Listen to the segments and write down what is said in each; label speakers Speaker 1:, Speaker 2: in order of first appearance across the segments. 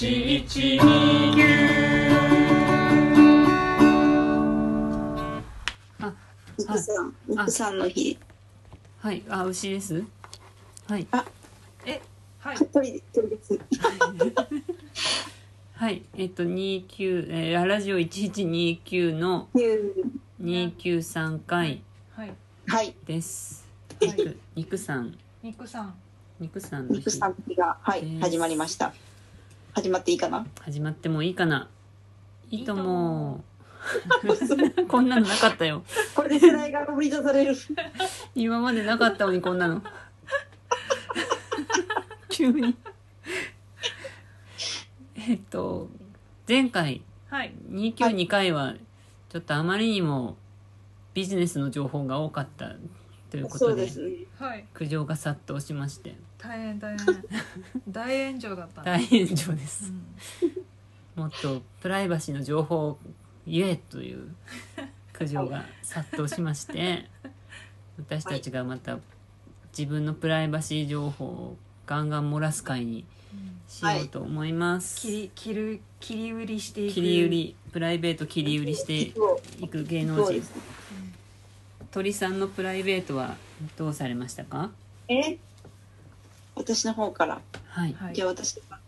Speaker 1: ちにぎゅ
Speaker 2: 肉さん、肉さんの日。
Speaker 1: はい、あ、牛です。はい。
Speaker 2: あ
Speaker 1: え、はい
Speaker 2: あ、。鳥で、鳥です。
Speaker 1: はい、えっと、二九、えー、ラジオ一一二九の
Speaker 2: ニュー
Speaker 1: 二九三回
Speaker 3: はい、
Speaker 2: はい、
Speaker 1: です。
Speaker 3: は
Speaker 1: えっ
Speaker 3: い、
Speaker 1: と肉さん、
Speaker 3: 肉さん、
Speaker 1: 肉さんの
Speaker 2: 肉
Speaker 1: 日
Speaker 2: さんの日が、は
Speaker 1: で
Speaker 2: い、
Speaker 1: す
Speaker 2: 始まりました。始まっていいかな。
Speaker 1: 始まってもいいかな。いいとも。
Speaker 2: それ
Speaker 1: こんなのなかったよ。
Speaker 2: これで世代が振り出される。
Speaker 1: 今までなかったのにこんなの急にえっと前回
Speaker 3: はい、
Speaker 1: 292回はちょっとあまりにもビジネスの情報が多かったというこ
Speaker 2: そ
Speaker 1: と
Speaker 2: うで
Speaker 1: です
Speaker 2: ね。
Speaker 3: はい、
Speaker 1: 苦情が殺到しまして
Speaker 3: 大変大変 大炎上だったね。
Speaker 1: 大炎上で
Speaker 3: う
Speaker 1: す
Speaker 3: ん
Speaker 1: もっとプライバシーの情報を言えという苦情が殺到しまして私たちがまた自分のプライバシー情報をガンガン漏らす会に
Speaker 3: うん
Speaker 1: しようと思います、
Speaker 3: 切り切る切り売りしていく
Speaker 1: 切り売りプライベート切り売りして
Speaker 2: そう
Speaker 1: いく芸能
Speaker 2: そう
Speaker 1: 人
Speaker 2: ですね。
Speaker 1: 鳥さんのプライベートはどうされましたか
Speaker 2: え。私の方から、
Speaker 1: はい
Speaker 3: はい
Speaker 2: じゃあ、私は。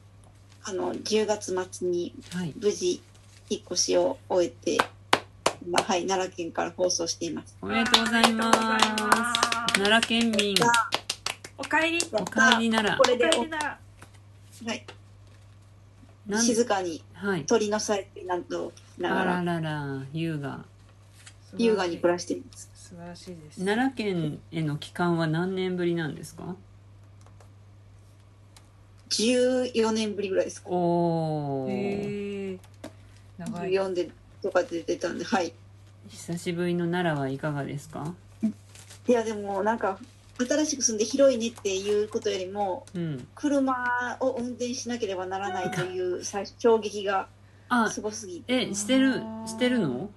Speaker 2: あの、10月末に
Speaker 1: はい
Speaker 2: 無事引っ越しを終えて。まあ、はい、奈良県から放送しています。
Speaker 1: おめでとうございます
Speaker 3: ありがとうございます
Speaker 1: 奈良県民
Speaker 3: おかえり
Speaker 2: や
Speaker 1: お
Speaker 2: っ
Speaker 1: か
Speaker 2: た
Speaker 1: えりなら
Speaker 2: こ
Speaker 3: お
Speaker 2: れで
Speaker 3: か、えりだ
Speaker 2: はい、
Speaker 1: なん
Speaker 2: 静かに
Speaker 1: はい
Speaker 2: 鳥のさえてなんと聞きな
Speaker 1: あ
Speaker 2: が
Speaker 1: らら
Speaker 2: ら
Speaker 1: ら優雅
Speaker 2: 優雅に暮
Speaker 3: ら
Speaker 2: らしています。
Speaker 3: 素晴らしいです
Speaker 1: 奈良県への帰還は何年ぶりなんですか
Speaker 2: 14年ぶりぐらいですか。
Speaker 1: おー
Speaker 3: へえ長い
Speaker 2: 14でとかで出てたんで、はい。
Speaker 1: 久しぶりの奈良はいかがですか
Speaker 2: いやでもなんか新しく住んで広いねっていうことよりも
Speaker 1: うん
Speaker 2: 車を運転しなければならないという最初衝撃が
Speaker 1: あ
Speaker 2: すごすぎて、
Speaker 1: えしてるしてるの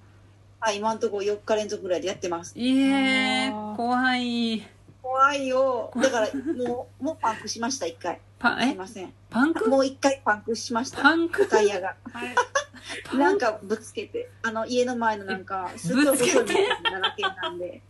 Speaker 2: はい、今のところ4日連続ぐらいでやってます
Speaker 1: いえ
Speaker 3: あー
Speaker 1: 怖い
Speaker 2: 怖いよだからもうもうパンクしました1回
Speaker 1: パ
Speaker 2: すい
Speaker 1: え
Speaker 2: ません
Speaker 1: パンク
Speaker 2: もう1回パンクしました
Speaker 1: パンク
Speaker 2: タイヤが
Speaker 3: あれ
Speaker 2: なんかぶつけてあの家の前のなんかすっごい細い道奈良県なんで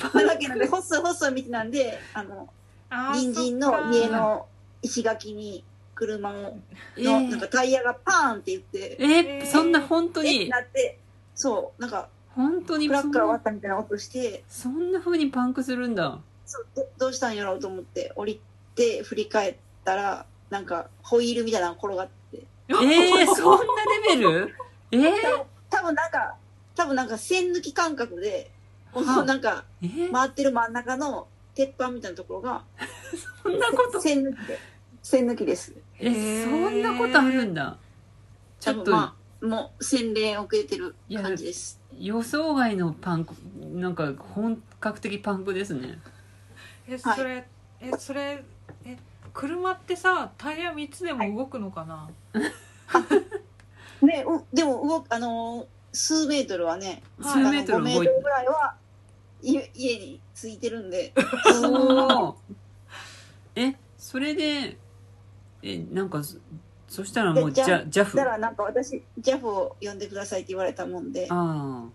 Speaker 2: 奈良県なんで細い細い道なんであの
Speaker 3: あー
Speaker 2: 隣 人の
Speaker 3: そっか
Speaker 2: 家の石垣に車を
Speaker 1: え
Speaker 2: の
Speaker 1: ー
Speaker 2: なんかタイヤがパーンって言って、
Speaker 1: え
Speaker 3: え
Speaker 1: ー
Speaker 3: ー
Speaker 1: そんな本当
Speaker 2: えっ
Speaker 1: に
Speaker 2: なって、そう、なんか、
Speaker 1: 本当に
Speaker 2: クラ
Speaker 1: そ
Speaker 2: ッ
Speaker 1: ん
Speaker 2: カー割
Speaker 1: な
Speaker 2: ったみたいな音して、
Speaker 1: そんな風にパンクするん だ
Speaker 2: そうどどうしたんやろうと思って、降りて、振り返ったら、なんか、ホイールみたいなの転がって、
Speaker 1: えー、そんなレベルえー、
Speaker 2: 多分なんか、多分なんか線抜き感覚で、こ
Speaker 1: は
Speaker 2: の
Speaker 1: あ
Speaker 2: なんか、
Speaker 1: え ー
Speaker 2: 回ってる真ん中の鉄板みたいなところが、
Speaker 1: そんなこと
Speaker 2: 線抜きで、線抜きです。
Speaker 1: えーそんなことあるんだちょ
Speaker 2: 多
Speaker 1: っ
Speaker 2: 分
Speaker 1: と
Speaker 2: まあ、もう洗礼を受けてる感じです。
Speaker 1: 予想外のパンクなんか本格的パンクですね
Speaker 3: えそれ、えそれえ車ってさタイヤ三つでも動くのかな、
Speaker 2: ね、うでも動く、あのー数メートルはね、
Speaker 3: はい
Speaker 1: 数メートル
Speaker 2: 5メ
Speaker 1: 動
Speaker 2: ー
Speaker 1: いて
Speaker 2: トルぐらいは家家についてるんで
Speaker 1: おーえそれでえなんかそそしたらもう
Speaker 2: で
Speaker 1: ジ
Speaker 2: ジャ
Speaker 1: ャジャフ
Speaker 2: だか
Speaker 1: あ
Speaker 2: らなんか私 JAF を呼んでくださいって言われたもんで
Speaker 1: あ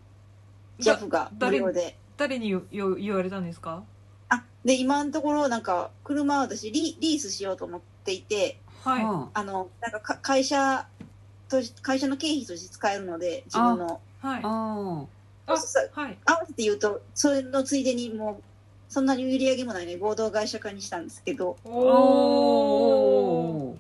Speaker 2: JAF が無料で
Speaker 3: 誰によよ言われたんですか
Speaker 2: あで今のところなんか車は私リリースしようと思っていて
Speaker 3: はい、
Speaker 1: は
Speaker 2: あのなんかか会社とし会社の経費として使えるので自分の
Speaker 3: はい
Speaker 1: ああ
Speaker 3: あ
Speaker 2: さ
Speaker 3: はい
Speaker 2: 合わせて言うとそれのついでにもうそんなに売り上げもないね合同会社化にしたんですけど
Speaker 1: あお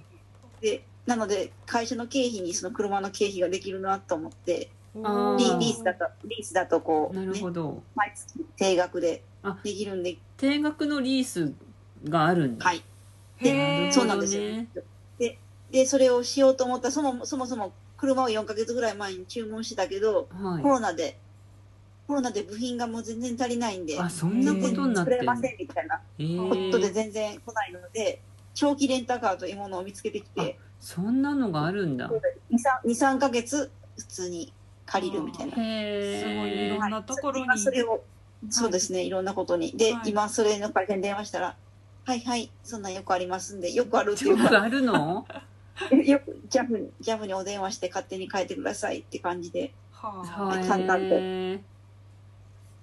Speaker 1: ー
Speaker 2: でなので会社の経費にその車の経費ができるなと思って
Speaker 1: あ
Speaker 2: リ
Speaker 1: ー
Speaker 2: リースだとリースだとこう、
Speaker 1: なる
Speaker 2: ね
Speaker 1: ほ、ど、
Speaker 2: 毎月定額で
Speaker 1: あ
Speaker 2: できるんで
Speaker 1: 定額のリースがあるんだ、
Speaker 2: はい
Speaker 3: へ
Speaker 1: なるほどね
Speaker 2: そ
Speaker 3: え
Speaker 2: うなんですよでそれをしようと思ったそもそもそも車を4ヶ月ぐらい前に注文してたけど
Speaker 1: はい
Speaker 2: コロナでコロナで部品がもう全然足りないんで
Speaker 1: あそんなことになっ
Speaker 2: 作
Speaker 1: て
Speaker 2: れ
Speaker 1: る
Speaker 2: ませんみたいな
Speaker 1: え
Speaker 2: ことで
Speaker 1: ー、
Speaker 2: 全然来ないので長期レンタカーというものを見つけてきて
Speaker 1: そんなのがあるんだ
Speaker 2: 23ヶ月普通に借りるみたいな
Speaker 1: へ
Speaker 3: すごいい
Speaker 1: え
Speaker 3: ろ んなところ
Speaker 2: はい
Speaker 3: に
Speaker 2: それをそうですね、い、ろんなことにで、
Speaker 3: はい
Speaker 2: 今それの会社に電話したら「はいはいそんなんよくありますんでよくある」ってい
Speaker 1: よ
Speaker 2: うか
Speaker 1: くあるの
Speaker 2: よくジャムにジャムにお電話して勝手に変えてくださいって感じで
Speaker 3: は
Speaker 1: は
Speaker 3: あ
Speaker 1: い、
Speaker 2: 簡単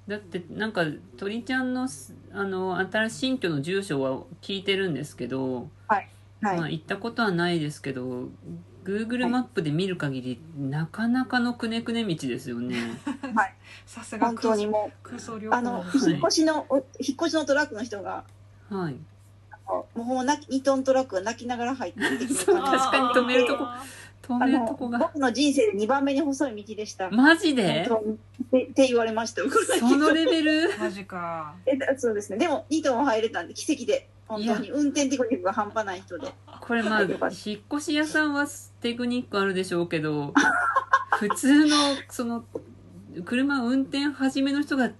Speaker 1: だってなんか鳥ちゃんのすあの新しい新居の住所は聞いてるんですけど、
Speaker 2: はい、
Speaker 1: まあ、行ったことはないですけど Google マップで見る限り、なかなかのくねくね道ですよね
Speaker 3: さすが
Speaker 2: 本当
Speaker 3: 空
Speaker 2: に
Speaker 3: 想
Speaker 2: も
Speaker 3: 空想
Speaker 2: う
Speaker 3: 旅
Speaker 2: あ
Speaker 3: 行
Speaker 2: の
Speaker 3: の
Speaker 1: い
Speaker 2: 引っ越しのお引っ越しのトラックの人が
Speaker 1: はい
Speaker 2: もうほん泣き2トントラックが泣きながら入ってきてく
Speaker 1: そ
Speaker 2: れ
Speaker 1: う
Speaker 2: たんです
Speaker 1: 確かに止めるとこ
Speaker 3: あ
Speaker 1: 止
Speaker 2: あ
Speaker 1: めるとこ
Speaker 2: の
Speaker 1: が
Speaker 2: 僕の人生で2番目に細い道でした。
Speaker 1: マジで
Speaker 2: 本当にってって言われました。
Speaker 1: そのレベル
Speaker 3: ーマジか
Speaker 2: えだそうですね。でも2トン入れたんで奇跡で本当に運転テクニックが半端ない人で。
Speaker 1: これまあ
Speaker 2: よかっ
Speaker 1: 引っ越し屋さんはテクニックあるでしょうけ ど普通のその車運転始めの人が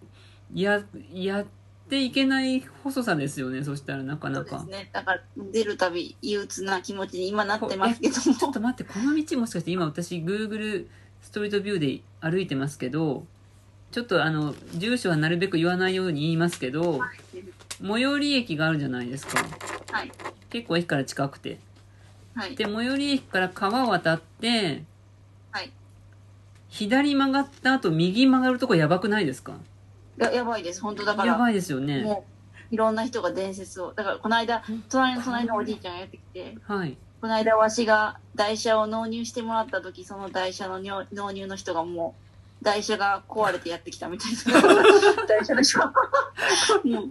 Speaker 1: ややっていけない細さですよねそしたらなか
Speaker 2: そ
Speaker 1: な
Speaker 2: うで
Speaker 1: か、
Speaker 2: すね。だから出るたび憂鬱な気持ちに今なってますけど
Speaker 1: ちょっ
Speaker 2: も。
Speaker 1: と待ってこの道もしかして今私 Google ストリートビューで歩いてますけどちょっとあの住所はなるべく言わないように言いますけど最寄り駅があるじゃないですか
Speaker 2: はい
Speaker 1: 結構駅から近くて
Speaker 2: はい
Speaker 1: で最寄り駅から川を渡って
Speaker 2: はい。
Speaker 1: 左曲がった後右曲がるとこやばくないですか
Speaker 2: ややばいです。本当だか
Speaker 1: や
Speaker 2: ら
Speaker 1: ばいですよね
Speaker 2: もういろんな人が伝説をだからこの間隣の隣のおじいちゃんがやってきて。
Speaker 1: はい
Speaker 2: この間わしが台車を納入してもらった時その台車のにょ納入の人がもう台車が壊れてやってきたみたい な台車でしょもう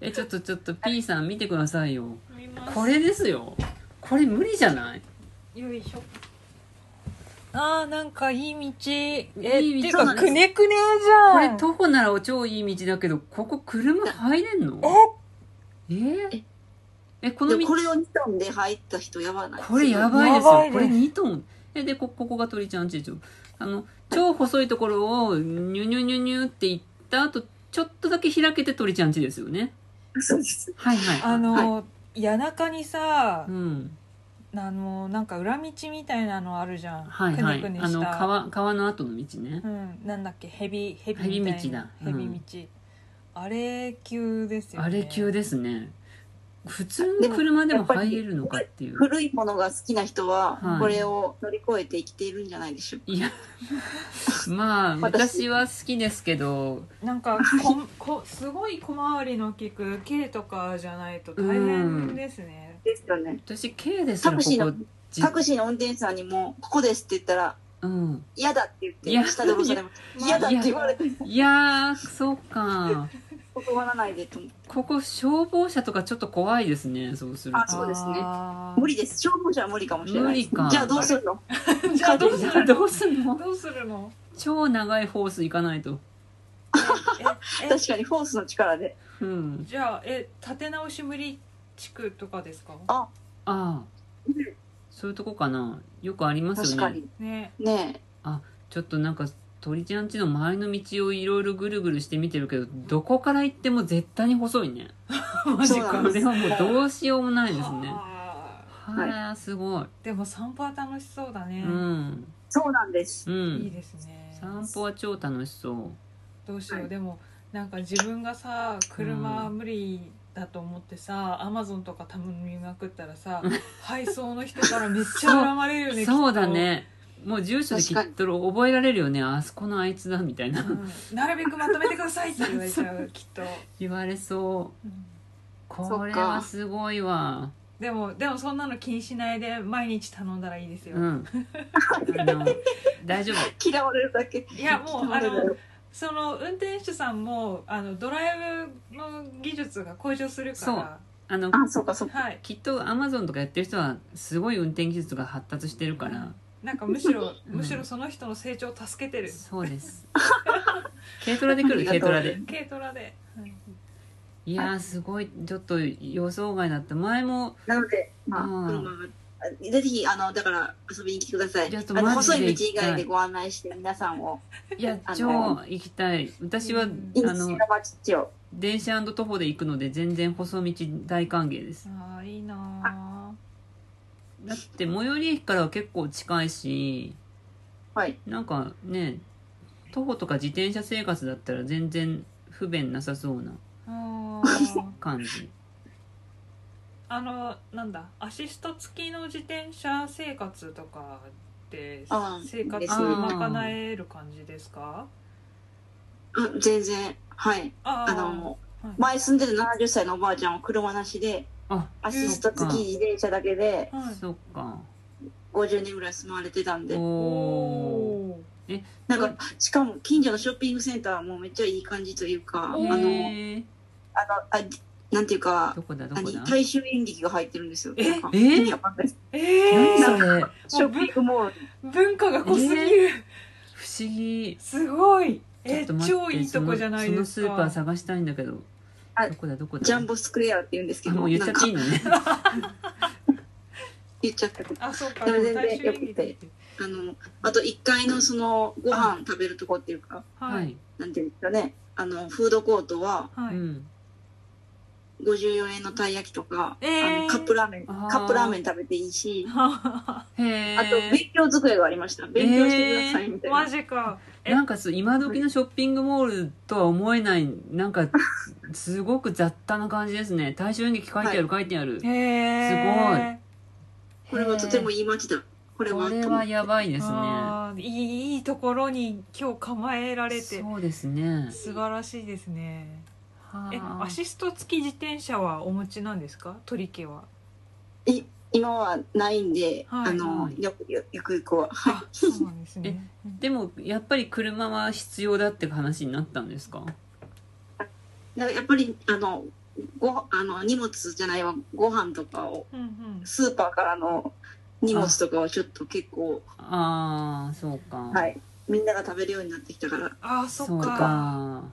Speaker 1: えちょっとちょっと P さん見てくださいよ
Speaker 3: 見ます
Speaker 1: これですよこれ無理じゃない
Speaker 3: よいしょあーなんかいい道え
Speaker 1: いい道
Speaker 3: て
Speaker 1: そうな
Speaker 3: か
Speaker 1: んです
Speaker 3: くねくね
Speaker 1: こ
Speaker 3: じゃ
Speaker 1: れ
Speaker 3: ん
Speaker 1: 徒歩なら超いい道だけどここ車入れんのえええこの
Speaker 2: で
Speaker 1: 道
Speaker 2: これを2トンで入った人やばない
Speaker 1: これやばいですよ
Speaker 3: やばいです
Speaker 1: これ2トンえでこここが鳥ちゃんちでしょあの超細いところをニュニュニュニュって行った後ちょっとだけ開けて鳥ちゃんちですよね
Speaker 2: そうです
Speaker 1: はいはい
Speaker 3: あの谷中にさ
Speaker 1: うん
Speaker 3: あのなんか裏道みたいなのあるじゃん
Speaker 1: はいはい、
Speaker 3: くねくね
Speaker 1: あ
Speaker 3: し
Speaker 1: の
Speaker 3: た
Speaker 1: 川川の後の道ね
Speaker 3: う、ん、なんだっけヘビヘビみたいな
Speaker 1: 蛇道だ
Speaker 3: 蛇道あれ急ですよね
Speaker 1: あれ急
Speaker 3: で
Speaker 1: ですね普通の車でも入れるのかっていう
Speaker 2: 古いものが好きな人
Speaker 1: は
Speaker 2: はいこれを乗り越えて生きているんじゃないでしょうか、
Speaker 1: いやまあ私
Speaker 2: 私
Speaker 1: は好きですけど
Speaker 3: なんかこんこすごい小回りの利く軽とかじゃないと大変ですね、
Speaker 2: ですよね
Speaker 1: 私 K です
Speaker 2: タ
Speaker 1: ら
Speaker 2: ク
Speaker 1: こ
Speaker 2: シーの
Speaker 1: こじ
Speaker 2: タクシーの運転手さんにも「ここです」って言ったら
Speaker 1: うん
Speaker 2: 「嫌だ」って
Speaker 1: い
Speaker 2: 言
Speaker 1: や
Speaker 2: って下で降ろされました「嫌だ」って言われて
Speaker 1: いやーそうか
Speaker 2: 断らないでと思って
Speaker 1: ここ消防車とかちょっと怖いですねそうする
Speaker 2: あ
Speaker 1: と
Speaker 2: そうですね
Speaker 3: あー
Speaker 2: 無理です消防車は無理かもしれないです
Speaker 1: 無理か
Speaker 2: じゃあどうするの
Speaker 3: じゃあどう
Speaker 1: い
Speaker 3: す
Speaker 1: や
Speaker 3: る
Speaker 1: どうすんの
Speaker 3: どうするの
Speaker 1: 超長いホース行かないと
Speaker 3: ええ
Speaker 2: 確かにフォースの力で
Speaker 1: うん
Speaker 3: じゃあえ立て直し無理地区とかですか
Speaker 2: あ
Speaker 1: ああそういうとこかなよくありますよね
Speaker 2: 確かに
Speaker 3: ね
Speaker 2: ね
Speaker 1: ちょっとなんか鳥ちゃんちの周りの道をいろいろぐるぐるして見てるけどどこから行っても絶対に細いね
Speaker 3: マジ
Speaker 2: そう
Speaker 1: こ
Speaker 3: か
Speaker 2: なんです
Speaker 1: れはもうどうしようもないですね
Speaker 3: はあ
Speaker 2: い
Speaker 1: はあすごい
Speaker 3: でも散歩は楽しそうだ
Speaker 1: う
Speaker 3: ね、
Speaker 1: ん
Speaker 2: そうなんです
Speaker 1: う
Speaker 3: いい
Speaker 1: ん
Speaker 3: ですね
Speaker 1: 散歩は超楽しそう
Speaker 3: どうしよう、
Speaker 2: はい
Speaker 3: でもなんか自分がさ車
Speaker 1: う
Speaker 3: 無理だと思ってさ、アマゾンとか頼みまくったらさ配送の人からめっちゃ恨まれるよね
Speaker 1: そうだ、
Speaker 3: きっ
Speaker 1: ねもう住所できっと覚えられるよねあそこのあいつだみたい
Speaker 3: とう
Speaker 1: なん
Speaker 3: なるべくまとめてくださいって言われちゃうきっと、
Speaker 1: 言われそう
Speaker 3: うん
Speaker 1: これはすごいわ
Speaker 3: でもでもそんなの気にしないで毎日頼んだらいいですよ、
Speaker 1: うんあの大丈夫
Speaker 2: 嫌われるだけ
Speaker 3: いやもう
Speaker 2: 嫌わ
Speaker 3: あ
Speaker 2: れ
Speaker 3: の
Speaker 2: る
Speaker 3: その運転手さんもあのドライブの技術が向上するか
Speaker 1: あの
Speaker 2: あそうかそうから
Speaker 3: はい
Speaker 1: きっとアマゾンとかやってる人はすごい運転技術が発達してるから
Speaker 3: なんかむしろ、
Speaker 1: うん
Speaker 3: むしろその人の成長を助けてる
Speaker 1: そうです 軽トラで来る
Speaker 2: あ
Speaker 1: 軽
Speaker 2: り
Speaker 1: ト
Speaker 2: がとう
Speaker 1: ラで
Speaker 3: 軽トラで、はい
Speaker 1: いやーすごいちょっと予想外だった前も
Speaker 2: なのでまあ
Speaker 1: うん
Speaker 2: 車があぜひあのだから遊びに来てください
Speaker 1: ちょっと
Speaker 2: あの
Speaker 1: マジで
Speaker 2: 細い道
Speaker 1: 行
Speaker 2: 以
Speaker 1: きたい
Speaker 2: 外でご案内して皆さんを
Speaker 1: いや
Speaker 2: あの
Speaker 1: 超行きたい私はあ
Speaker 3: うん
Speaker 2: いい
Speaker 1: の
Speaker 2: 砂町地を
Speaker 1: 電車徒歩で行くので全然細道大歓迎です
Speaker 3: ああいいな
Speaker 1: だって最寄り駅からは結構近いし
Speaker 2: はい
Speaker 1: なんかね徒歩とか自転車生活だったら全然不便なさそうな
Speaker 3: ああー
Speaker 1: 感じ
Speaker 3: あのなんだアシスト付きの自転車生活とかで
Speaker 2: あー
Speaker 3: 生活
Speaker 2: です
Speaker 1: ね
Speaker 3: 賄える感じですか
Speaker 2: うん、全然、はい。
Speaker 3: あ
Speaker 2: あの、
Speaker 3: ーはい
Speaker 2: 前住んでる70歳のおばあちゃんは車なしで、
Speaker 1: あ
Speaker 2: アシスト付き自転車だけで
Speaker 3: はい
Speaker 1: そっか
Speaker 2: 50年ぐらい住まれてたんで、
Speaker 1: おー
Speaker 3: おー
Speaker 2: なんか、しかも近所のショッピングセンターもめっちゃいい感じというか、あ
Speaker 3: お
Speaker 2: の、
Speaker 3: ー
Speaker 2: あの、
Speaker 1: へー
Speaker 2: あなんていうか、
Speaker 1: どこだどこ
Speaker 2: 何
Speaker 1: だ
Speaker 2: 大衆演劇が入ってるんですよ。
Speaker 3: え
Speaker 2: なんか
Speaker 1: え
Speaker 2: 意味わかんないです
Speaker 3: え
Speaker 1: 何
Speaker 3: ー、
Speaker 1: それ
Speaker 2: ショッピングモール。
Speaker 3: 文化が濃すぎる、
Speaker 1: 不思議
Speaker 3: すごい
Speaker 1: ちょ
Speaker 3: え
Speaker 1: っと待って
Speaker 3: 超いいとこじゃないです
Speaker 1: そのそのスーパー
Speaker 3: か
Speaker 1: 探したいんだけど
Speaker 2: あ
Speaker 1: どこだどこだ
Speaker 2: ジャンボスクエアって言うんですけ
Speaker 1: あ
Speaker 2: ど、
Speaker 1: もう言っちゃっていいのね
Speaker 2: 言っちゃったけど
Speaker 3: あそうか
Speaker 2: で
Speaker 3: で
Speaker 2: も
Speaker 3: も
Speaker 2: 全然
Speaker 3: 大衆演劇って
Speaker 2: あの、あと1階のその、ご飯食べるとこっていうか、
Speaker 3: は
Speaker 1: はいい、
Speaker 2: なんていうんですかね、あの、フードコートは、
Speaker 3: はい、
Speaker 1: うん
Speaker 2: 54円のたい焼きとか、
Speaker 3: えー
Speaker 2: あのカップラーメン、
Speaker 1: あー
Speaker 2: カップラーメン食べていいし、
Speaker 1: へえ
Speaker 2: あと勉強机がありました。勉強してくださいみたいな。
Speaker 3: マ ジかえ
Speaker 1: なんかそう今時のショッピングモールとは思えないなん かすごく雑多な感じですね大衆演劇書いてある、書いてある
Speaker 3: へえ
Speaker 2: これはとてもいい街だ。これ
Speaker 1: こ
Speaker 2: は
Speaker 1: れ
Speaker 2: と思っ
Speaker 1: は
Speaker 2: て
Speaker 1: やばいですね
Speaker 3: あーいいいいところに今日構えられて
Speaker 1: そうですね
Speaker 3: 素晴らしいですね
Speaker 1: は
Speaker 3: え
Speaker 1: あ
Speaker 3: アシスト付き自転車はお持ちなんですか鳥家は
Speaker 2: 今はないんで、
Speaker 3: はい
Speaker 2: あの、
Speaker 1: はい
Speaker 2: よくよゆくゆくは。
Speaker 3: あそうなんですね
Speaker 1: でもやっぱり車は必要だって話になったんですか
Speaker 2: だからやっぱり、あの、ご、あの、荷物じゃないわ、ご飯とかを、
Speaker 3: うんうん
Speaker 2: スーパーからの荷物とかをちょっと結構、
Speaker 1: ああそうか
Speaker 2: はい、みんなが食べるようになってきたから。
Speaker 3: あー
Speaker 1: そ
Speaker 3: そっ
Speaker 1: う
Speaker 3: か
Speaker 1: か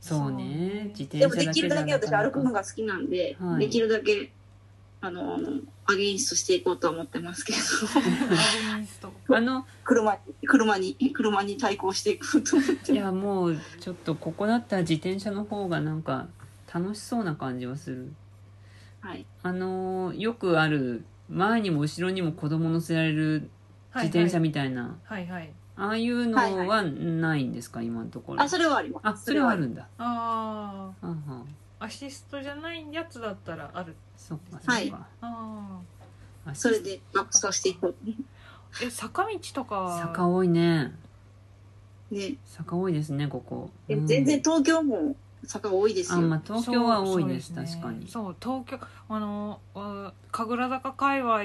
Speaker 1: そうね自
Speaker 3: そう
Speaker 1: 転車
Speaker 2: でもできるだけ
Speaker 1: だけ
Speaker 2: 私
Speaker 1: じゃなか
Speaker 2: 歩く
Speaker 1: な
Speaker 2: の
Speaker 1: か
Speaker 2: が好きなんで、
Speaker 1: はい
Speaker 2: できるだけ、あの、アゲインストしていこうとは思ってますけど、
Speaker 3: アルミンスト
Speaker 1: あの
Speaker 2: 車に、車に、車に対抗していこうと思っ
Speaker 1: い
Speaker 2: て。
Speaker 1: やもうちょっとここだったら自転車の方がなんか楽しそうな感じはする
Speaker 2: はい。
Speaker 1: あのーよくある前にも後ろにも子供乗せられる自転車みたいな、
Speaker 3: はいはい
Speaker 1: ああいうの
Speaker 2: はい
Speaker 1: はないんですか、今のところ
Speaker 2: あ、それはあります。
Speaker 1: あそれはあ。るんだ
Speaker 3: あ
Speaker 1: はんはん
Speaker 3: あアシストじゃないやつだったらある
Speaker 1: そっかそっか、
Speaker 2: はい
Speaker 3: あ
Speaker 1: あ
Speaker 2: それで爆走していこう。
Speaker 3: ーえ坂道とか
Speaker 1: 坂多いね
Speaker 2: ね。
Speaker 1: 坂多いですねここ、
Speaker 2: で
Speaker 1: うん
Speaker 2: 全然東京も坂多いです
Speaker 1: あ
Speaker 2: よ。
Speaker 1: まあ東京は多いです
Speaker 3: そう
Speaker 1: 確かに
Speaker 3: そう東京あのあ神楽坂界隈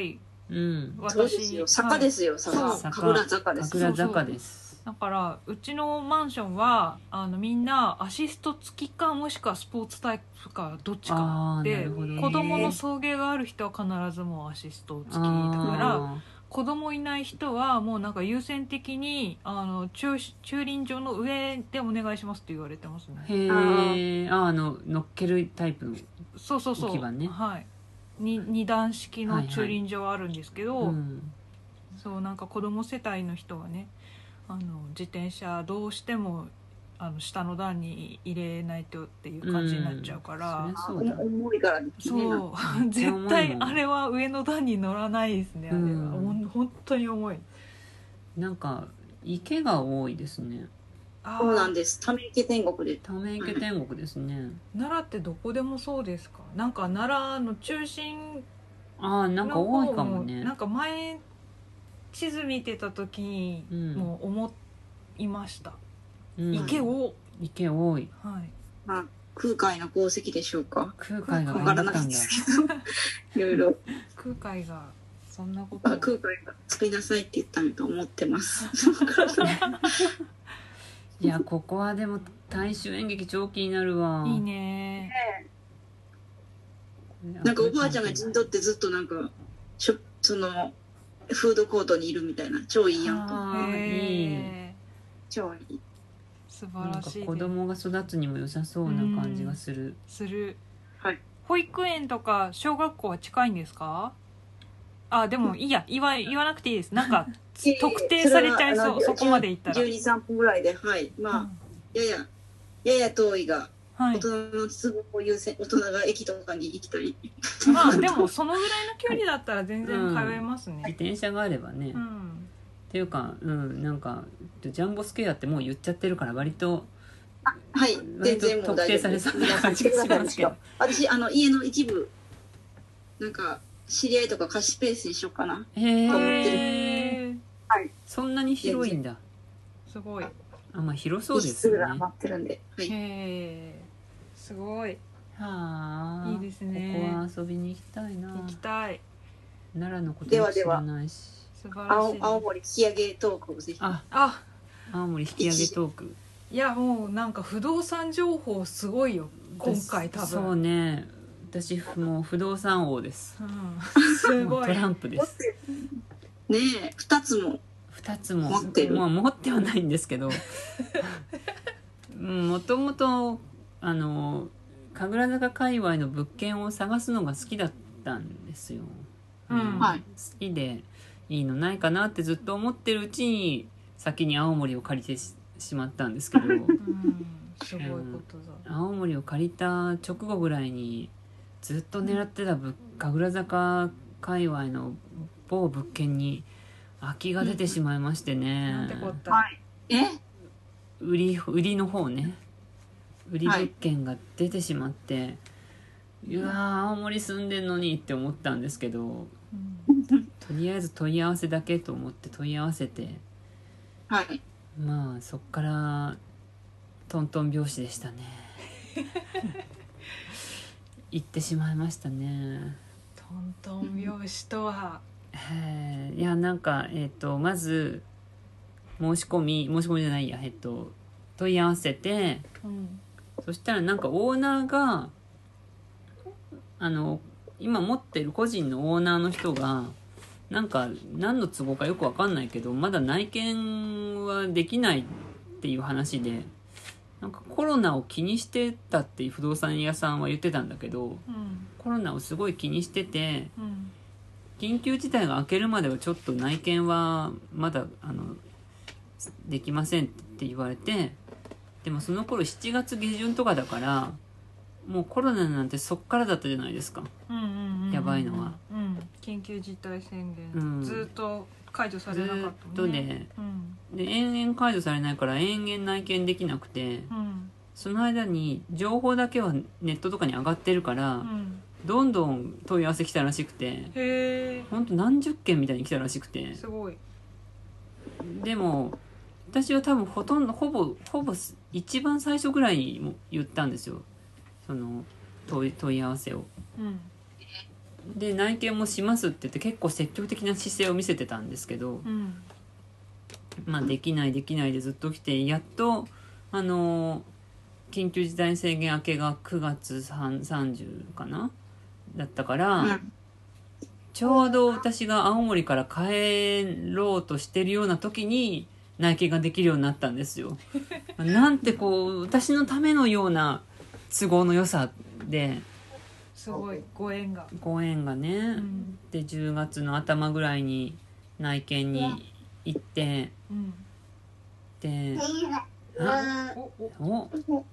Speaker 1: うん
Speaker 3: 私
Speaker 2: そうですよ。坂
Speaker 3: はい
Speaker 2: ですよ、坂。
Speaker 1: そう
Speaker 2: 神楽坂です
Speaker 1: 桜
Speaker 2: よ。
Speaker 1: 坂です
Speaker 3: だからうちのマンションはあのみんなアシスト付きかもしくはスポーツタイプかどっちか
Speaker 1: ああーな
Speaker 3: で
Speaker 1: るほど、ね、
Speaker 3: 子供の送迎がある人は必ずもうアシスト付きだから
Speaker 1: あ
Speaker 3: 子供いない人はもうなんか優先的にあの駐駐輪場の上でお願いしますって言われてます
Speaker 1: ー
Speaker 3: ね
Speaker 1: へえあーあの乗っけるタイプの
Speaker 3: そうそうそう
Speaker 1: 置き場ね
Speaker 3: はいに二段式の駐輪場あるんですけど、
Speaker 1: うん
Speaker 3: そうなんか子供世帯の人はねあの自転車どうしてもあの下の段に入れないとっていう感じになっちゃうから、
Speaker 1: うんそ
Speaker 2: お
Speaker 1: りゃそうだ
Speaker 2: 重いからですね。
Speaker 3: そう
Speaker 1: ちゃ重いもん
Speaker 3: 絶対あれは上の段に乗らないですねあれは、
Speaker 1: うん
Speaker 3: ほん本当に重い
Speaker 1: なんか池が多いですね
Speaker 3: あー
Speaker 2: そうなんです。ため池天国で。
Speaker 1: ため池天国ですね
Speaker 3: 奈良ってどこでもそうですかなんか奈良の中心
Speaker 1: ああなん
Speaker 3: の
Speaker 1: か多いかも
Speaker 3: 方
Speaker 1: ね
Speaker 3: なんか前地図見てた時に
Speaker 1: うん
Speaker 3: もう思いました、
Speaker 1: うん
Speaker 3: 池を、
Speaker 1: 池多い
Speaker 3: はい、
Speaker 2: まあ、空海の功績でしょうか。
Speaker 1: 空海が
Speaker 2: わ
Speaker 1: 頑
Speaker 2: か
Speaker 1: 張
Speaker 2: ら
Speaker 1: っ
Speaker 2: な
Speaker 1: た
Speaker 2: い
Speaker 1: ん
Speaker 2: で
Speaker 1: だ
Speaker 2: すけど。いろいろ。
Speaker 3: 空海がそんなこと
Speaker 2: あ
Speaker 3: を
Speaker 2: 空海が作りなさいって言ったんだと思ってます。
Speaker 1: いやここはでも大衆演劇超気になるわ
Speaker 3: いいね
Speaker 2: なんかおばあちゃんが陣取ってずっとなんか、しょその、フードコートにいるみたいな。超いいやんか。
Speaker 1: あー
Speaker 3: へー
Speaker 2: 超いい。
Speaker 3: 素晴
Speaker 1: なん
Speaker 3: ら
Speaker 1: か
Speaker 3: しい
Speaker 1: 子
Speaker 3: ね
Speaker 1: 供が育つにも良さそうな感じがする
Speaker 3: する
Speaker 2: はい
Speaker 3: 保育園とか小学校は近いんですかあでもいいや言わ言わなくていいです なんか
Speaker 2: いえいえ
Speaker 3: 特定されちゃい
Speaker 2: れ
Speaker 3: そ
Speaker 2: は
Speaker 3: う
Speaker 2: あ
Speaker 3: そ
Speaker 2: の
Speaker 3: こまでいったら、
Speaker 2: 12、3分ぐらいで、はい。まあ、やや、やや遠いが、
Speaker 3: は
Speaker 2: 大
Speaker 3: い
Speaker 2: 人の都合を優先、大人が駅とかに行きたい。
Speaker 3: まあでもそのぐらいの距離だったら全然通えます
Speaker 1: 自
Speaker 3: ね
Speaker 1: 転車があればね、
Speaker 3: う
Speaker 1: っ
Speaker 3: ん、
Speaker 1: ていうかうんなんかジャンボスケアってもう言っちゃってるから割と
Speaker 2: はい、全然もう
Speaker 1: 特
Speaker 2: 大
Speaker 1: 定
Speaker 2: 丈
Speaker 1: さ
Speaker 2: 夫
Speaker 1: れ
Speaker 2: です
Speaker 1: そうな感じがしますけど
Speaker 2: 私、あの、家の一部、なんか、知り合いとか貸しペースにしようかな。
Speaker 1: へえ
Speaker 3: へえ
Speaker 1: そんなに広いんだ
Speaker 3: すごいへ
Speaker 1: あまあ広そうです
Speaker 2: ぐ
Speaker 1: よね
Speaker 2: らい余ってるんで。はい。
Speaker 3: えすごい
Speaker 1: はあ
Speaker 3: いいですね
Speaker 1: ここは遊びに行きたいな
Speaker 3: 行きたい
Speaker 1: 奈良のこと
Speaker 2: で
Speaker 1: も
Speaker 2: は
Speaker 1: 知
Speaker 2: では
Speaker 1: らないし
Speaker 3: 素晴らし
Speaker 2: 青
Speaker 3: い
Speaker 2: 青森引き上げトークをぜひ。
Speaker 1: あ
Speaker 3: あ
Speaker 1: 青森引き上げトーク
Speaker 3: いやもうなんか不動産情報すごいよ今回多分
Speaker 1: そうね私もう不動産王です
Speaker 3: うん、す
Speaker 1: も
Speaker 3: ご
Speaker 1: う
Speaker 3: い
Speaker 1: トランプです
Speaker 2: ねえ、二つも。
Speaker 1: 2つも
Speaker 2: 持ってる
Speaker 1: まあ、持ってはないんですけどうんもともとあの神楽坂界隈の物件を探すのが好きだったんですよ、
Speaker 3: うん
Speaker 2: はい
Speaker 1: 好きでいいのないかなってずっと思ってるうちに先に青森を借りてししまったんですけど
Speaker 3: うん、すごいことだ、
Speaker 1: 青森を借りた直後ぐらいにずっと狙ってた物神楽坂界隈の某物件に空きが出てしまいましてね、
Speaker 3: なんてこった、
Speaker 2: はいえ
Speaker 1: 売り売りの方ね売り物件が出てしまって、い、やー青森住んでんのにって思ったんですけど
Speaker 3: うん
Speaker 1: とりあえず問い合わせだけと思って問い合わせて
Speaker 2: はい。
Speaker 1: まあそっからトントン拍子でしたね行ってしまいましたね
Speaker 3: トントン拍子とは、
Speaker 1: へーいやなんかえっ、とまず申し込み申し込みじゃないやえっと問い合わせて
Speaker 3: うん
Speaker 1: そしたらなんかオーナーがあの今持ってる個人のオーナーの人がなんか何の都合かよくわかんないけどまだ内見はできないっていう話でなんかコロナを気にしてたっていう不動産屋さんは言ってたんだけど
Speaker 3: うん
Speaker 1: コロナをすごい気にしてて
Speaker 3: うん
Speaker 1: 緊急事態が明けるまではちょっと内見はまだあのできませんって言われてでもその頃7月下旬とかだからもうコロナなんてそっからだったじゃないですか
Speaker 3: うんうんうん
Speaker 1: やばいのは、
Speaker 3: うん、緊急事態宣言、
Speaker 1: うん
Speaker 3: ずっと解除さ
Speaker 1: ず
Speaker 3: れな
Speaker 1: ー
Speaker 3: かっ
Speaker 1: った
Speaker 3: も
Speaker 1: と
Speaker 3: んね
Speaker 1: ね
Speaker 3: うん
Speaker 1: で延々解除されないから延々内見できなくて
Speaker 3: うん
Speaker 1: その間に情報だけはネットとかに上がってるから
Speaker 3: うん
Speaker 1: どんどん問い合わせ来たらしくて
Speaker 3: へ
Speaker 1: ほんと何十件みたいに来たらしくて
Speaker 3: えすごい
Speaker 1: でも私は多分ほとんどほぼほぼ一番最初ぐらいにも言ったんですよその問い問い合わせを
Speaker 3: うん
Speaker 1: で内見もしますって言って結構積極的な姿勢を見せてたんですけど、
Speaker 3: うん
Speaker 1: まあ、できないできないでずっと来てやっとあの緊急事態制限明けが9月3 30かなだったから、
Speaker 2: うん
Speaker 1: ちょうど私が青森から帰ろうとしてるような時に内見ができるようになったんですよ。なんてこう私のためのような都合の良さで
Speaker 3: すごいご縁が
Speaker 1: ご縁がね、
Speaker 3: うん
Speaker 1: で10月の頭ぐらいに内見に行って
Speaker 3: うん
Speaker 1: であ
Speaker 3: おお
Speaker 1: お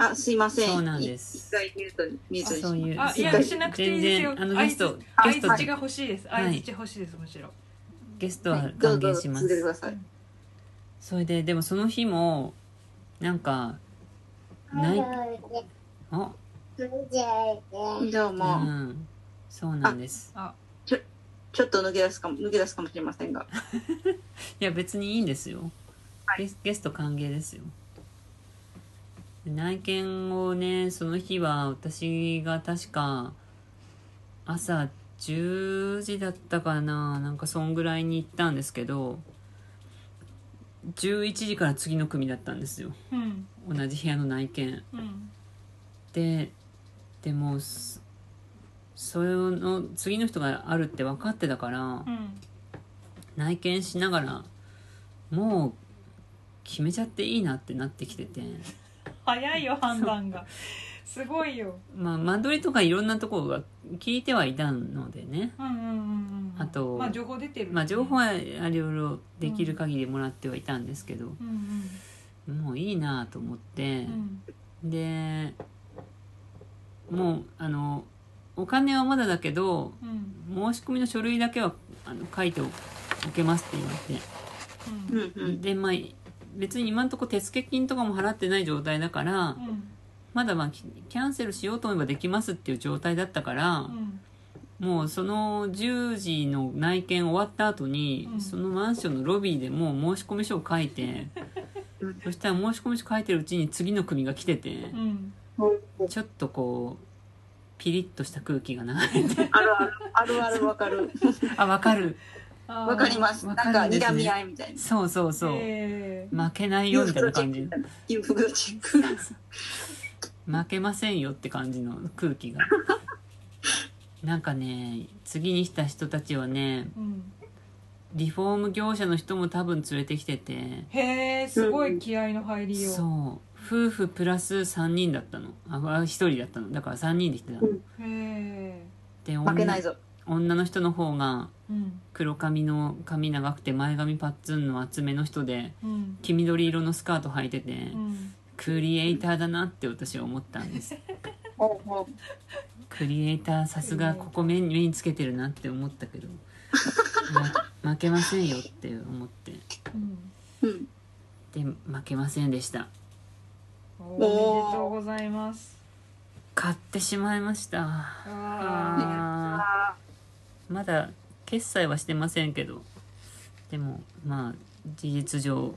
Speaker 2: あ、すいません。
Speaker 1: そうなんです
Speaker 2: い一回ミュートに、ミュートにし
Speaker 1: そういう
Speaker 3: あいや
Speaker 1: そう
Speaker 3: しなくていいですよ
Speaker 1: 全然あのゲスト
Speaker 3: 相
Speaker 1: ゲスト
Speaker 3: づちが欲しいです
Speaker 1: はい
Speaker 3: 相づち欲しいですむしろ
Speaker 1: ゲストは
Speaker 2: ど
Speaker 1: 歓
Speaker 2: うぞ
Speaker 1: 迎しま
Speaker 2: 続けてく
Speaker 1: す
Speaker 2: ださい。
Speaker 1: それででもその日もなんかないあ
Speaker 2: ど
Speaker 1: う
Speaker 2: うも、
Speaker 1: んそうなんです
Speaker 2: ちょっと抜け出すかも、抜け出すかもしれませんが。
Speaker 1: いや別にいいんですよ、
Speaker 2: はい
Speaker 1: ゲスゲスト歓迎ですよ内見をねその日は私が確か朝10時だったかななんかそんぐらいに行ったんですけど11時から次の組だったんですよ
Speaker 3: うん
Speaker 1: 同じ部屋の内見
Speaker 3: うん
Speaker 1: ででもそそれの次の人があるって分かってたから、
Speaker 3: うん
Speaker 1: 内見しながらもう決めちゃっていいなってなってきてて、
Speaker 3: 早いよ判 断がすごいよ
Speaker 1: まあ、間取りとかいろんなところが聞いてはいたのでね、
Speaker 3: うんうんうんうん
Speaker 1: あと
Speaker 3: まあ情報出てる
Speaker 1: まあ、情報はあれいろいろできる限りもらってはいたんですけど、
Speaker 3: うん
Speaker 1: もういいなと思って
Speaker 3: うんう、ん
Speaker 1: でもうあのお金はまだだけど
Speaker 3: うん
Speaker 1: 申し込みの書類だけはあの書いておけますって言われて。
Speaker 3: うん
Speaker 2: うんうん。
Speaker 1: でまあ別に今んとこ手付金とかも払ってない状態だから、
Speaker 3: うん
Speaker 1: まだまあキキャンセルしようと思えばできますっていう状態だったから、
Speaker 3: うん
Speaker 1: もうその10時の内見終わった後に、
Speaker 3: うん
Speaker 1: そのマンションのロビーでもう申し込み書を書い て
Speaker 2: うん
Speaker 1: そしたら申し込み書書いてるうちに次の組が来てて、
Speaker 3: うん
Speaker 1: ちょっとこうピリッとした空気が流れて
Speaker 2: あるある、あるあるわかる。
Speaker 1: あわかる
Speaker 3: あー
Speaker 2: わかります。
Speaker 1: わ
Speaker 2: な
Speaker 1: か
Speaker 2: ん
Speaker 1: る
Speaker 2: か、
Speaker 1: んですね
Speaker 2: 睨み合いみたいな。
Speaker 1: そうそうそう、
Speaker 3: え
Speaker 1: 負けない
Speaker 2: 裕
Speaker 1: よみた
Speaker 2: 福
Speaker 1: いな感
Speaker 2: 度チェック
Speaker 1: じ
Speaker 2: みたいな。裕福度チェック。
Speaker 1: 負けませんよって感じの空気 がなんかね次に来た人たちはね
Speaker 3: ーうん、
Speaker 1: リフォーム業者の人も多分連れてきてて
Speaker 3: へえすごい気合いの入りよう
Speaker 1: そう夫婦プラス3人だったのあ1人だったのだから3人で来てたの、
Speaker 2: うん
Speaker 3: へえ
Speaker 1: で
Speaker 2: 負けない
Speaker 1: 女
Speaker 2: ぞ。
Speaker 1: 女の人の方が
Speaker 3: うん
Speaker 1: 黒髪の髪長くて前髪パッツンの厚めの人で
Speaker 3: うん
Speaker 1: 黄緑色のスカート履いてて、
Speaker 3: うん
Speaker 1: クリエイターだなって私は思ったんです
Speaker 2: おうおう
Speaker 1: クリエイターさすがここ目に目につけてるなって思った けど、ま負けませんよって思って
Speaker 3: うん
Speaker 2: うん。
Speaker 1: で負けませんでした
Speaker 3: おめでとうございます
Speaker 1: 買ってしまいました
Speaker 3: あ
Speaker 1: あー
Speaker 2: あ
Speaker 1: まだ決済はしてませんけどでもまあ事実上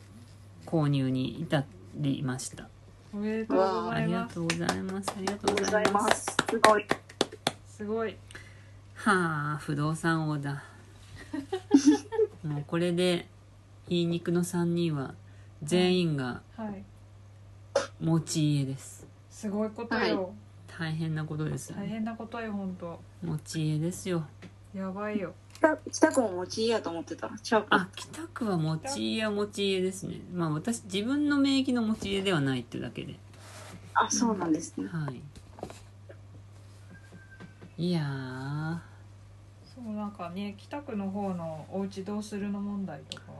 Speaker 1: 購入に至りました
Speaker 3: ーおめでとうご
Speaker 1: あ
Speaker 3: ざい
Speaker 1: りが
Speaker 3: ます
Speaker 1: とうございますありが
Speaker 2: りが
Speaker 1: とう
Speaker 2: と
Speaker 1: ご
Speaker 2: うご
Speaker 1: ざ
Speaker 2: ざ
Speaker 1: いま
Speaker 2: いますす。すごい。
Speaker 3: すごい
Speaker 1: はあ不動産王 だもうこれで言い肉の3人は全員が
Speaker 3: はい
Speaker 1: 持ち家です
Speaker 3: すごいことよ、
Speaker 1: 大変なことです
Speaker 3: 大変なことよ本当
Speaker 1: 持ち家ですよ
Speaker 3: やばいよ
Speaker 2: 北北区も持ちいいやと思ってた。ちゃうか。
Speaker 1: あ北区は持ち家は持ち家ですねまあ私自分の名義の持ち家ではないってだけで
Speaker 2: あ、そうなんですね。
Speaker 1: はい。いやー、
Speaker 3: そうなんかね北区の方のお家どうするの問題とかは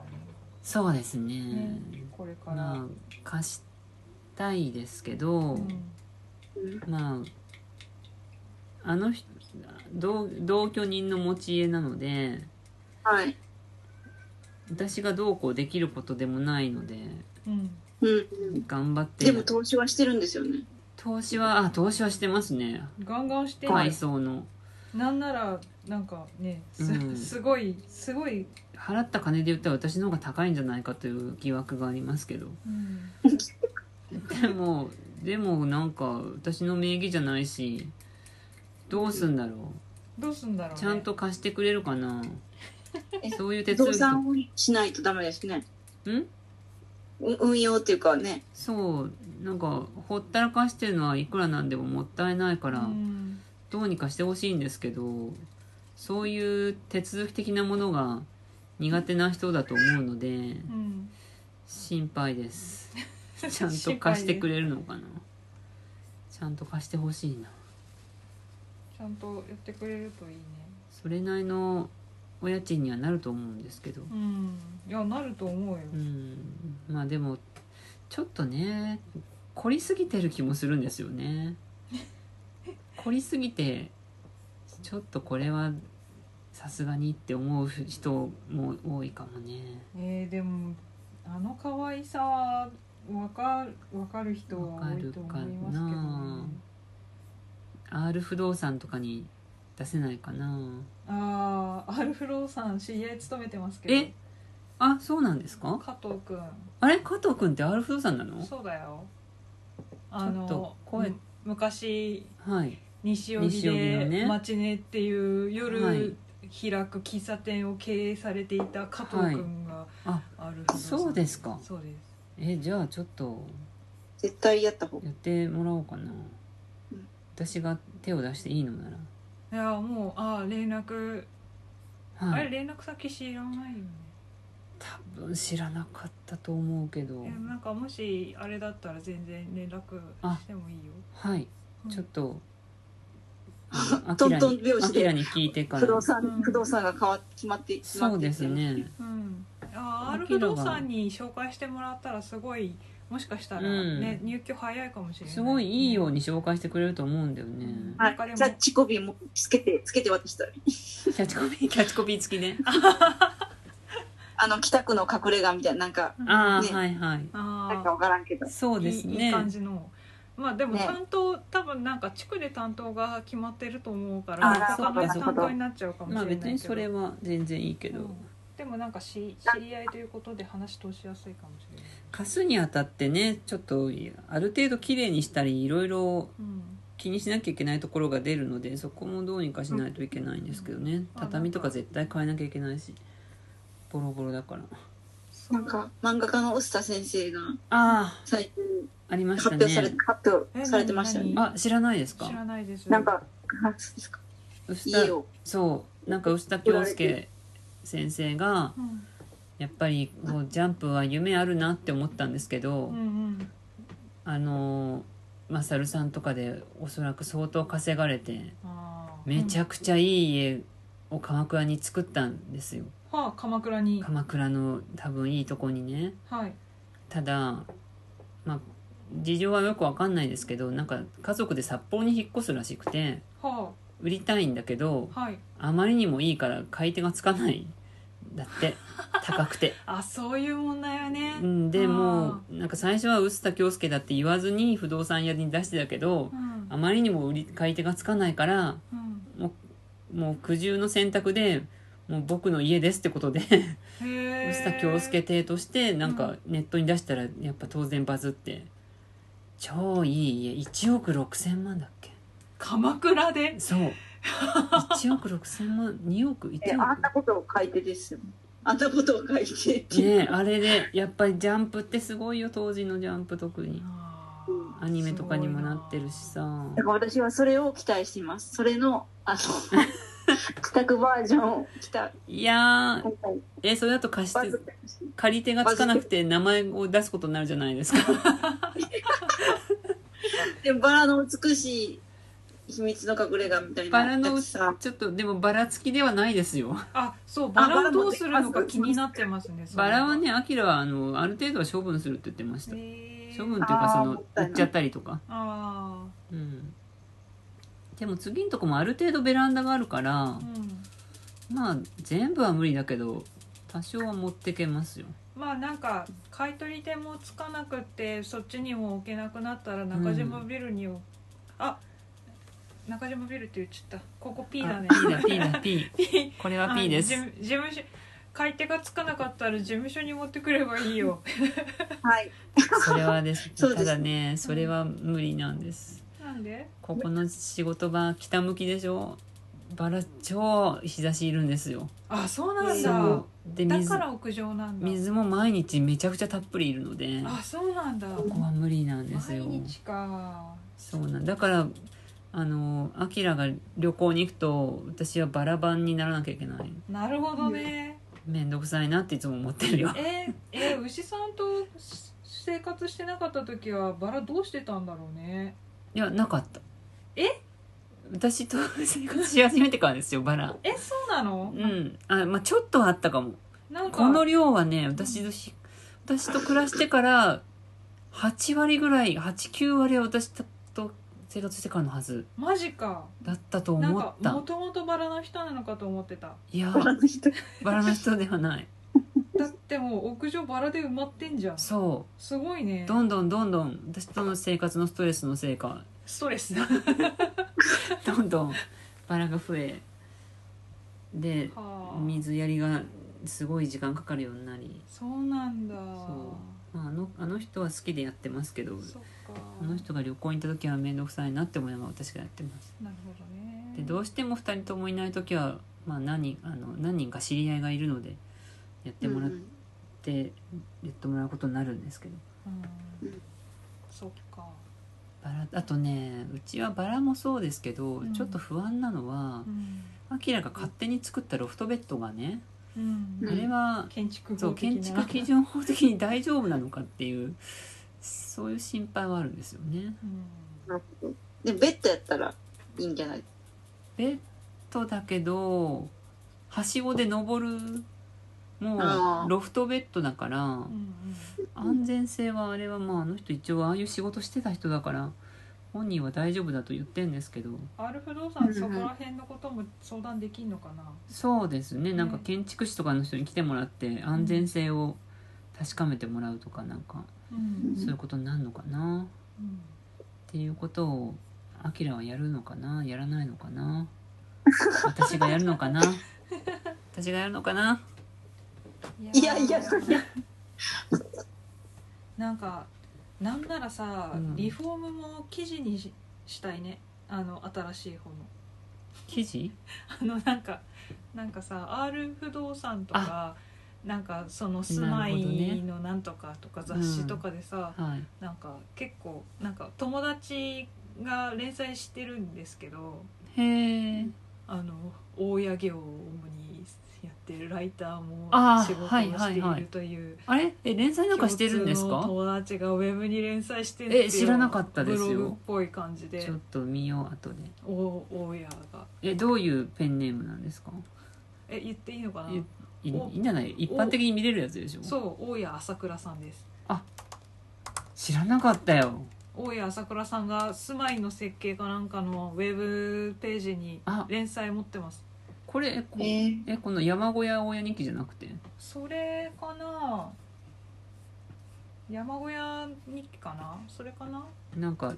Speaker 1: そうですね。
Speaker 3: ねねこれから、
Speaker 1: まあ貸したいですけど、
Speaker 3: う
Speaker 2: う
Speaker 3: ん
Speaker 2: ん
Speaker 1: まああの人同同居人の持ち家なので、
Speaker 2: はい。
Speaker 1: 私がどうこうできることでもないので、
Speaker 3: うん
Speaker 2: うんうん。
Speaker 1: 頑張って
Speaker 2: でも投資はしてるんですよね。
Speaker 1: 投資はあ投資はしてますね。
Speaker 3: ガンガンして、
Speaker 1: 配送の
Speaker 3: なんならなんかねす,、
Speaker 1: うん
Speaker 3: すごいすごい、
Speaker 1: 払った金で言ったら私の方が高いんじゃないかという疑惑がありますけど。
Speaker 3: うん
Speaker 1: でもでもなんか私の名義じゃないしどうすんだろ
Speaker 3: どうすんだろう、
Speaker 1: う
Speaker 3: ね、
Speaker 1: ちゃんと貸してくれるかな
Speaker 2: え
Speaker 1: そういう手
Speaker 2: 不
Speaker 1: 続
Speaker 2: 動
Speaker 1: き
Speaker 2: 産をしないとダメですね。
Speaker 1: ん
Speaker 2: う運用っていうかね。
Speaker 1: そうなんかほったらかしてるのはいくらなんでももったいないから、
Speaker 3: うん
Speaker 1: どうにかしてほしいんですけどそういう手続き的なものが苦手な人だと思うので
Speaker 3: うん、
Speaker 1: 心配です ちゃんと貸してく
Speaker 3: れ
Speaker 1: れるのかなちゃんと貸してほしいな
Speaker 3: ちゃんとやってくれるといいね
Speaker 1: それなりのお家賃にはなると思うんですけど
Speaker 3: うんいやなると思うよ、
Speaker 1: うんまあでもちょっとね凝りすぎてる気もするんですよね凝りすぎてちょっとこれはさすがにって思う人も多いかもね
Speaker 3: えー、でもあの可愛さはわかるわかる人は多いと思いますけど、
Speaker 1: わかるかな
Speaker 3: ね、
Speaker 1: R 不動産とかに出せないかな
Speaker 3: ああアルフローさん知り合い勤めてますけど
Speaker 1: えあそうなんですか
Speaker 3: 加藤くん
Speaker 1: あれ加藤君って R 不動産なの
Speaker 3: そうだよあ
Speaker 1: ちょっと
Speaker 3: の
Speaker 1: 声
Speaker 3: む昔
Speaker 1: はい
Speaker 3: 西荻
Speaker 1: 西荻のね
Speaker 3: で「マチネ」っていう夜、
Speaker 1: はい
Speaker 3: 開く喫茶店を経営されていた加藤くんが
Speaker 1: あ
Speaker 3: ある、
Speaker 1: そうですか
Speaker 3: そうです
Speaker 1: えじゃあちょっと
Speaker 2: 絶対やった方が。
Speaker 1: やってもらおうかな
Speaker 2: うん
Speaker 1: 私が手を出していいのなら
Speaker 3: いやもうああ連絡、
Speaker 1: はい
Speaker 3: あれ連絡先知らないよね
Speaker 1: 多分知らなかったと思うけど
Speaker 3: いやなんかもしあれだったら全然連絡してもいいよ
Speaker 1: はい
Speaker 3: うん
Speaker 1: ちょっと あの
Speaker 2: トントン
Speaker 1: アキラにア
Speaker 2: 拍子
Speaker 1: キラに聞
Speaker 2: で
Speaker 1: いてか
Speaker 2: 不動
Speaker 1: ら
Speaker 2: 産、不動産が変わって決まって、決ま
Speaker 1: そ
Speaker 2: って
Speaker 1: うです。ね
Speaker 3: うん、ああ
Speaker 1: ア
Speaker 3: る
Speaker 1: キ
Speaker 3: 不
Speaker 1: ラが
Speaker 3: 動産に紹介してもらったらすごいもしかしたら、ね
Speaker 1: う
Speaker 3: 入居早いかもしれない
Speaker 1: すごいいいように紹介してくれると思うんだよね
Speaker 2: は
Speaker 3: わか
Speaker 2: い。
Speaker 3: りま
Speaker 2: じゃあ、チコビもつけて、つけて渡したら。
Speaker 1: キャッチコ ピーキャッチコピー付きで
Speaker 2: あの、北区の隠れ家みたいな、なんか、
Speaker 1: ああ
Speaker 2: ね
Speaker 1: はいはい
Speaker 3: あ
Speaker 2: なん
Speaker 3: あ
Speaker 2: かわからんけど。
Speaker 1: そうです
Speaker 3: いいいい
Speaker 1: ね
Speaker 3: 感じの、まあでも
Speaker 2: ね
Speaker 3: 担当、多分なんか地区で担当が決まってると思うか
Speaker 2: あ
Speaker 3: ら
Speaker 2: ー
Speaker 3: 他が
Speaker 1: そうか
Speaker 3: 担当になっちゃうかもし
Speaker 1: ま
Speaker 3: れな
Speaker 1: あ
Speaker 3: いけど、
Speaker 1: 別にそれは全然いいけど、
Speaker 3: うんでもなんかし知り合いということで話通しやすいかもしれない、
Speaker 1: 貸すにあたってねちょっとある程度綺麗にしたりいろいろ
Speaker 3: うん、
Speaker 1: 気にしなきゃいけないところが出るのでそこもどうにかしないといけないんですけどね、畳とか絶対変えなきゃいけないしボロボロだから
Speaker 3: そう
Speaker 2: なんか漫画家の臼田先生が
Speaker 1: ああ
Speaker 2: 最近
Speaker 1: ありまし
Speaker 2: 発
Speaker 1: た
Speaker 2: 表され,、
Speaker 1: ね
Speaker 2: 発表されてましたよ
Speaker 3: え
Speaker 2: ね。
Speaker 3: 何
Speaker 1: あ知らないですか
Speaker 3: 知らないです
Speaker 2: なんか、あそうですか
Speaker 1: 臼
Speaker 2: 家
Speaker 1: 田
Speaker 2: を。
Speaker 1: そうなんか臼田恭介先生が
Speaker 3: うん
Speaker 1: やっぱりこうジャンプは夢あるなって思ったんですけど、
Speaker 3: うんうん
Speaker 1: あのマサルさんとかでおそらく相当稼がれて
Speaker 3: あー
Speaker 1: めちゃくちゃいい家を鎌倉に作ったんですよ
Speaker 3: うんはあ鎌倉に
Speaker 1: 鎌倉の多分いいとこにね
Speaker 3: はい
Speaker 1: ただまあ事情はよくわかんないですけどなんか家族で札幌に引っ越すらしくて
Speaker 3: は
Speaker 1: 売りたいんだけど
Speaker 3: あはい
Speaker 1: あまりにもいいから買い手がつかないだって高くて、
Speaker 3: あそういう問題はね
Speaker 1: うん、でも
Speaker 3: あ
Speaker 1: うなんか最初は臼田恭介だって言わずに不動産屋に出してたけど
Speaker 3: ーうん
Speaker 1: あまりにも売り買い手がつかないから
Speaker 3: うん
Speaker 1: もう苦渋の選択でもう僕の家ですってことで
Speaker 3: へえ
Speaker 1: 臼田恭介邸としてなんかネットに出したらやっぱ当然バズって超いい家1億6,000万だっけ
Speaker 3: 鎌倉で
Speaker 1: そう1億6,000万2億1
Speaker 2: え、あん
Speaker 1: 億
Speaker 2: なことを書いてですよ。あんなことを書いてっていう。
Speaker 1: ねえあれでやっぱりジャンプってすごいよ当時のジャンプ特に
Speaker 3: あー
Speaker 1: アニメとかにもなってるし
Speaker 3: す
Speaker 1: さ
Speaker 2: だから私はそれを期待しています。それの、 あの、帰宅バージョンを期待、
Speaker 1: いやー
Speaker 2: 今回、
Speaker 1: えそれだと貸し
Speaker 2: バ
Speaker 1: て
Speaker 2: ズってほしい。
Speaker 1: 借り手がつかなくて名前を出すことになるじゃないですか
Speaker 2: で、バラの美しい秘密の隠れ家みたいな。
Speaker 1: バラのうち
Speaker 2: さ、
Speaker 1: ょっとでもバラ付きではないですよ
Speaker 3: ごいなあそうバ
Speaker 2: あバ
Speaker 3: ラ
Speaker 2: ラ
Speaker 3: ど
Speaker 2: も
Speaker 3: うするのか気になってますねそれ
Speaker 1: バラはねアキラはあのある程度は処分するって言ってました、
Speaker 3: へー
Speaker 1: 処分っていうか
Speaker 2: あー
Speaker 1: そ
Speaker 2: も
Speaker 1: の
Speaker 2: ったい
Speaker 1: 売
Speaker 2: ない
Speaker 1: っちゃったりとか
Speaker 3: あ
Speaker 1: うんでも次のとこもある程度ベランダがあるから
Speaker 3: あ、うん
Speaker 1: まあ全部は無理だけど多少は持ってけますよ
Speaker 3: まあなんか買い取り手もつかなくてそっちにも置けなくなったら中島ビルに、あ中島ビルって言っちゃったここ P だね
Speaker 1: あ P だ P だ P
Speaker 3: ピ
Speaker 1: これは P です
Speaker 3: 事務事務所買い手がつかなかったら事務所に持ってくればいいよ
Speaker 2: はい。
Speaker 1: それはです
Speaker 2: そうです
Speaker 1: ただねそれは無理なんです
Speaker 3: なんで
Speaker 1: ここの仕事場北向きでしょバラ超日差しいるんですよ
Speaker 3: あそうなん
Speaker 1: そう
Speaker 3: だ
Speaker 1: で
Speaker 3: だ
Speaker 1: 水
Speaker 3: から屋上なんだ
Speaker 1: 水も毎日めちゃくちゃたっぷりいるので
Speaker 3: あそうなんだ
Speaker 1: ここは無理なんです
Speaker 3: 毎
Speaker 1: よ
Speaker 3: 日か
Speaker 1: そうなんだからあのアキラが旅行に行くと私はバラ版にならなきゃいけない
Speaker 3: なるほどね、
Speaker 1: めんどくさいなっていつも思ってるよ
Speaker 3: えーえー牛さんとし生活してなかった時はバラどうしてたんだろうね
Speaker 1: いやなかった
Speaker 3: え
Speaker 1: 私と生活し始めてからですよバラ
Speaker 3: えそうなの
Speaker 1: うんあまあちょっとはあったかも
Speaker 3: なんか
Speaker 1: この量はね私とし私と暮らしてから8割ぐらい89割は私と生活してからのはず
Speaker 3: マジか
Speaker 1: だったと
Speaker 3: なん
Speaker 1: 思っ
Speaker 3: か
Speaker 1: た
Speaker 3: もともとバラの人なのかと思ってた
Speaker 1: いや
Speaker 2: バラの人。
Speaker 1: バラの人ではない
Speaker 3: だってもう屋上バラで埋まってんじゃん
Speaker 1: そ
Speaker 3: すごいうね
Speaker 1: どんどんどんどん私との生活のストレスのせい か
Speaker 3: ストレスだは
Speaker 1: どんどんバラが増えで
Speaker 3: あ
Speaker 1: 水やりがすごい時間かかるようになり、
Speaker 3: そうなんだ
Speaker 1: そまあ、あのあの人は好きでやってますけど
Speaker 3: そっか
Speaker 1: あの人が旅行に行った時は面倒くさいなって思いながら私がやってます
Speaker 3: なるほどね
Speaker 1: でどうしても2人ともいない時は、まあ、何人あの何人か知り合いがいるのでやってもらっ
Speaker 2: うん
Speaker 1: て、やってもらうことになるんですけど
Speaker 2: う
Speaker 3: う
Speaker 2: ん
Speaker 3: んそっか
Speaker 1: バラあとねうちはバラもそうですけど、
Speaker 3: うん
Speaker 1: ちょっと不安なのは
Speaker 3: うん、
Speaker 1: アキラが勝手に作ったロフトベッドがね、
Speaker 3: うん
Speaker 1: あれは
Speaker 3: 建築
Speaker 1: そ
Speaker 3: 法
Speaker 1: う
Speaker 3: 的な
Speaker 1: 建築基準法的に大丈夫なのかっていうそういう心配はあるんですよね。
Speaker 3: うん
Speaker 2: なるほどで、ベッドやったらいいんじゃない
Speaker 1: ベッドだけどはしごで登るも
Speaker 2: あ
Speaker 1: う
Speaker 2: ー
Speaker 1: ロフトベッドだから
Speaker 3: うんうん
Speaker 1: 安全性はあれはまああの人一応ああいう仕事してた人だから本人は大丈夫だと言ってんですけど
Speaker 3: ある不動産
Speaker 2: うん
Speaker 3: そこら辺のことも相談できんのかな
Speaker 1: そうですねなんか
Speaker 3: ね
Speaker 1: 建築士とかの人に来てもらって安全性を確かめてもらうとかなんか
Speaker 3: うん
Speaker 1: そういうことになるのかな。
Speaker 3: うん
Speaker 1: っていうことをアキラはやるのかなやらないのか な私がやるのかな私がやるのかない
Speaker 2: やいや、そりゃ
Speaker 3: なんかなんならさ、
Speaker 1: うん
Speaker 3: リフォームも記事にししたいねあの新しい方の
Speaker 1: 記事
Speaker 3: あのなんかなんかさ R 不動産とかなんかその住ま
Speaker 1: なるほどね
Speaker 3: いのなんとかとか雑誌とかでさ、
Speaker 1: はい
Speaker 3: なんか結構なんか友達が連載してるんですけど
Speaker 1: へえ
Speaker 3: あの大八木を主にやってるライターも
Speaker 1: あー
Speaker 3: 仕事を
Speaker 1: はいは
Speaker 3: して
Speaker 1: いはい
Speaker 3: いるという
Speaker 1: あれえ連載なんかしてるんです
Speaker 3: 共通
Speaker 1: か
Speaker 3: の友達がウェブに連載してる
Speaker 1: え知らなかったですよ
Speaker 3: ブログっぽい感じで
Speaker 1: ちょっと見よう後で
Speaker 3: お大家が
Speaker 1: えどういうペンネームなんですか
Speaker 3: え言っていいのかない
Speaker 1: い
Speaker 3: お
Speaker 1: いんじゃない一般的に見れるやつでしょ
Speaker 3: そう大家朝倉さんです
Speaker 1: 知らなかったよ
Speaker 3: 大家朝倉さんが住まいの設計かなんかのウェブページに
Speaker 1: あ
Speaker 3: 連載持ってます
Speaker 1: これえこ,、
Speaker 2: ね
Speaker 1: えこの山小屋親日記じゃなくて
Speaker 3: それかな山小屋日記かなそれかな
Speaker 1: なんか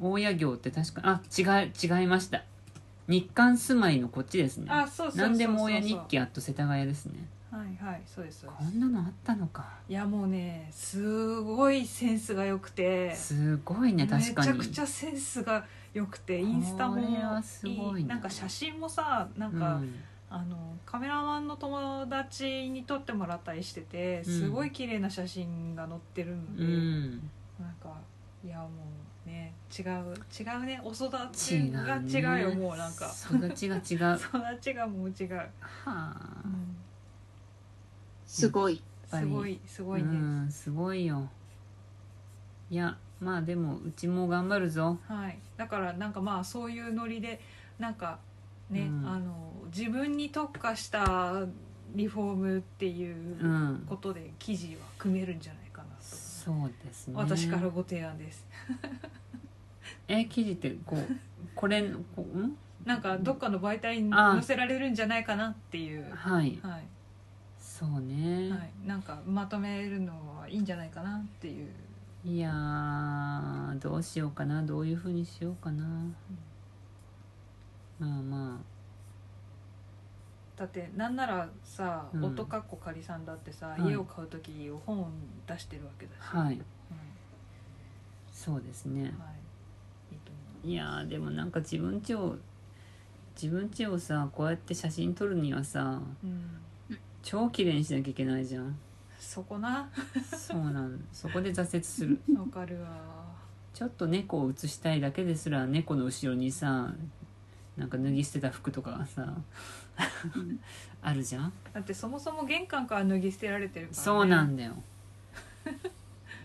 Speaker 1: 大家業って確かあ違い違いました日刊住まいのこっちですね
Speaker 3: あそうそうそうそう
Speaker 1: なんでも大家日記あと世田谷ですね
Speaker 3: はいはいそうですそうで
Speaker 1: こんなのあったのか
Speaker 3: すいやもうねすごいセンスが良くて
Speaker 1: すごいね
Speaker 3: め
Speaker 1: 確
Speaker 3: ち
Speaker 1: かに
Speaker 3: ゃくちゃセンスが良くてインスタも
Speaker 1: これはすごいな
Speaker 3: なんか写真もさなんか、
Speaker 1: うん
Speaker 3: あのカメラマンの友達に撮ってもらったりしててすごい綺麗な写真が載ってるので、
Speaker 1: うん
Speaker 3: なんかいやもうね違う違うねお育
Speaker 1: 違
Speaker 3: ちが
Speaker 1: うね
Speaker 3: 違うよもうなんか
Speaker 1: 育ちが 違うは
Speaker 3: 育ちがもう違う、
Speaker 1: あ
Speaker 3: う、ん
Speaker 2: すごい。
Speaker 1: ぱ
Speaker 3: す
Speaker 1: り
Speaker 3: ごいすごいね、
Speaker 1: うんすごいよいやまあでもうちも頑張るぞ
Speaker 3: はい、だからなんかまあそういうノリでなんかね、
Speaker 1: うん
Speaker 3: あの自分に特化したリフォームっていう
Speaker 1: う
Speaker 3: うんことで記事は組めるんじゃないかなと、
Speaker 1: そうですね
Speaker 3: 私からご提案です
Speaker 1: え記事ってこうこれこうん
Speaker 3: なんかどっかの媒体に
Speaker 1: あ
Speaker 3: 載せられるんじゃないかなっていう
Speaker 1: はい
Speaker 3: は
Speaker 1: そう
Speaker 3: い、
Speaker 1: ね、
Speaker 3: はい、なんかまとめるのはいいんじゃないかなっていう
Speaker 1: い、やーどうしようかなどういうふうにしようかな、まあま
Speaker 3: だってなんならさ、
Speaker 1: うん
Speaker 3: 音かっこかりさんだってさ、
Speaker 1: い
Speaker 3: 家を買う時本出してるわけだし、
Speaker 1: あはい
Speaker 3: い
Speaker 1: そうですね
Speaker 3: はい、いいと思う
Speaker 1: いやーでもなんか自分家を自分家をさこうやって写真撮るにはさ
Speaker 3: うん
Speaker 1: 超綺麗にしなきゃいけないじゃん
Speaker 3: そこな
Speaker 1: そう なんそこで挫折する
Speaker 3: わかるわ
Speaker 1: ちょっと猫を写したいだけですら猫の後ろにさなんか脱ぎ捨てた服とかがさ あるじゃん
Speaker 3: だってそもそも玄関から脱ぎ捨てられてるから、ね、
Speaker 1: そうなんだよ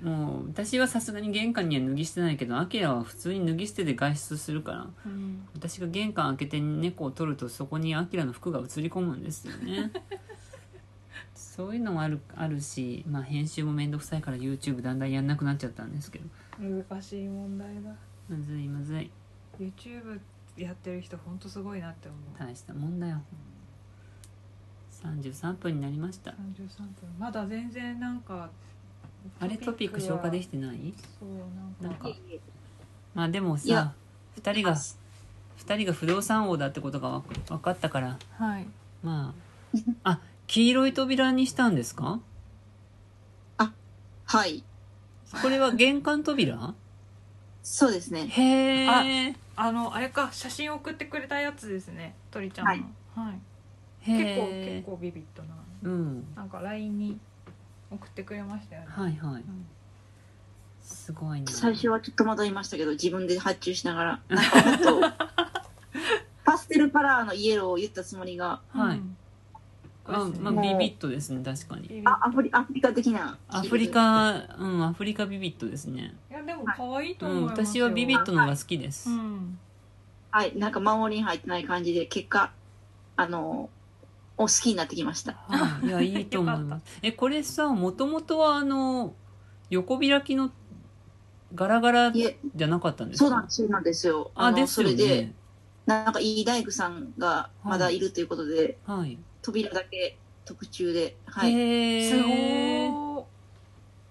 Speaker 1: もう私はさすがに玄関には脱ぎ捨てないけどアキラは普通に脱ぎ捨てで外出するから
Speaker 3: うん
Speaker 1: 私が玄関開けて猫を取るとそこにアキラの服が映り込むんですよ ねそういうのもあるあるし、まあ、編集も面倒くさいから YouTube だんだんやんなくなっちゃったんですけど
Speaker 3: 難しい問題だ
Speaker 1: むずいむずい
Speaker 3: YouTube やってる人ほんとすごいなって思う、
Speaker 1: 大したもんだよ33分になりました
Speaker 3: 33分まだ全然なんか
Speaker 1: あれトピック消化できてない
Speaker 3: そう
Speaker 1: な
Speaker 3: なんん
Speaker 1: か
Speaker 3: か
Speaker 1: まあでも
Speaker 2: いや
Speaker 1: さ2人が2人が不動産王だってことがわ分かったから
Speaker 3: はい
Speaker 1: ま ああ黄色い扉にしたんですか
Speaker 2: はい。
Speaker 1: これは玄関 扉
Speaker 2: そうですね。
Speaker 1: へえ
Speaker 3: あのあれか写真送ってくれたやつですね鳥ちゃんの
Speaker 2: はい、
Speaker 3: はい
Speaker 1: へ
Speaker 3: 結構
Speaker 1: え
Speaker 3: 結構ビビッドな
Speaker 1: うん
Speaker 3: なんか LINE に送ってくれましたよね、
Speaker 1: はいはい
Speaker 3: うん
Speaker 1: すごいな
Speaker 2: 最初はちょっと戸惑いましたけど、自分で発注しなが ら。なんかもっと、パステルカラーのイエローを言ったつもりが、
Speaker 1: はい
Speaker 3: うんこれ
Speaker 1: あ、
Speaker 3: ですね
Speaker 1: まあ、ビビットですね確か
Speaker 3: ビ
Speaker 1: に
Speaker 3: ビッド
Speaker 2: あ、アフリアフリカ的な。
Speaker 1: アフリ。カうんアフリカビビットですね
Speaker 3: いやでも可愛いと
Speaker 1: う
Speaker 3: 思
Speaker 1: ん
Speaker 3: います
Speaker 1: 私
Speaker 3: よ、
Speaker 1: はビビットの方が好きです
Speaker 3: うん
Speaker 2: はい。なんか守りに入ってない感じで、結果、あの、お好きになってきました。
Speaker 1: はい、いやいいと思い
Speaker 3: よか
Speaker 1: ます。えこれさもともとはあの横開きのガラガラ
Speaker 2: い
Speaker 1: じ
Speaker 2: え、
Speaker 1: ゃなかったんですか
Speaker 2: そうなんそうなんですよ。
Speaker 1: あ
Speaker 2: の
Speaker 1: ですよ
Speaker 2: それで、
Speaker 1: ね。
Speaker 2: なんか、いい大工さんがまだいるということで、
Speaker 1: はい。
Speaker 2: 扉だけ特注で、はい。
Speaker 1: へ
Speaker 3: す
Speaker 1: ー
Speaker 3: ごー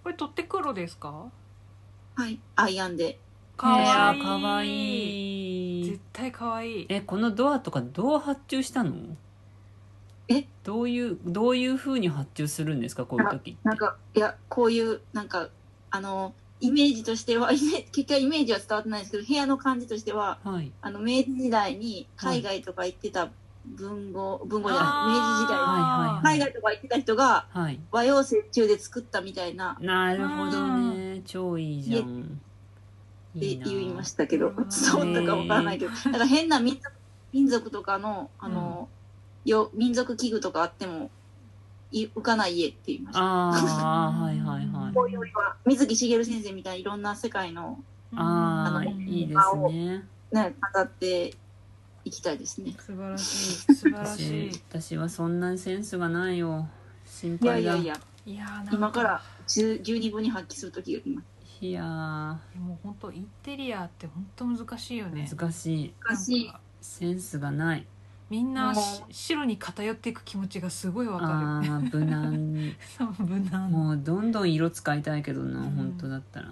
Speaker 3: これ取って黒ですか
Speaker 2: はい。アイアンで。
Speaker 3: かわいい
Speaker 1: やかわいい
Speaker 3: 絶対かわいい
Speaker 1: えこのドアとかどう発注したの
Speaker 2: え
Speaker 1: どういうどういうふうに発注するんですかこういう時って
Speaker 2: なんか、いや、こういう、なんか、あの、イメージとしては、イ メ結果イメージは伝わってないんですけど、部屋の感じとしては、
Speaker 1: はい
Speaker 2: あの、明治時代に海外とか行ってた文豪、文豪じゃない、
Speaker 1: あ
Speaker 3: あ
Speaker 1: ー
Speaker 2: 明治時代に海外とか行ってた人が
Speaker 1: はい
Speaker 2: 和洋折衷で作ったみたいな、
Speaker 1: なるほどね超いいじゃん
Speaker 2: って
Speaker 1: いいな
Speaker 2: 言いましたけど
Speaker 3: う、ん
Speaker 2: そうだかわからないけど、なんか変な民族民族とかの、あの、よ民族器具とかあっても、い浮かない家って言いました。
Speaker 1: ああはいはいはい
Speaker 2: こういうよりは、水木しげる先生みたいないろんな世界の、
Speaker 1: ああいいですね
Speaker 2: ね、語っていきたいですね。
Speaker 3: 素晴らしい素晴らし
Speaker 1: 私私はそんなセンスがないよ心
Speaker 2: いや
Speaker 1: 配
Speaker 2: い
Speaker 1: だ
Speaker 2: や
Speaker 1: いや
Speaker 2: いや、
Speaker 3: いいやーなん
Speaker 2: 今から十十二分に発揮する時が今
Speaker 3: もう本当インテリアって本当難しいよね
Speaker 1: ー難しい
Speaker 2: 難しい
Speaker 3: なん。か
Speaker 1: センスがない
Speaker 3: みんなし
Speaker 2: も
Speaker 3: 白に偏っていく気持ちがすごいわ
Speaker 1: あ
Speaker 3: かる
Speaker 1: あー無難に
Speaker 3: そう無 難
Speaker 1: もうどんどん色使いたいけどな、
Speaker 3: うん
Speaker 1: 本当だったら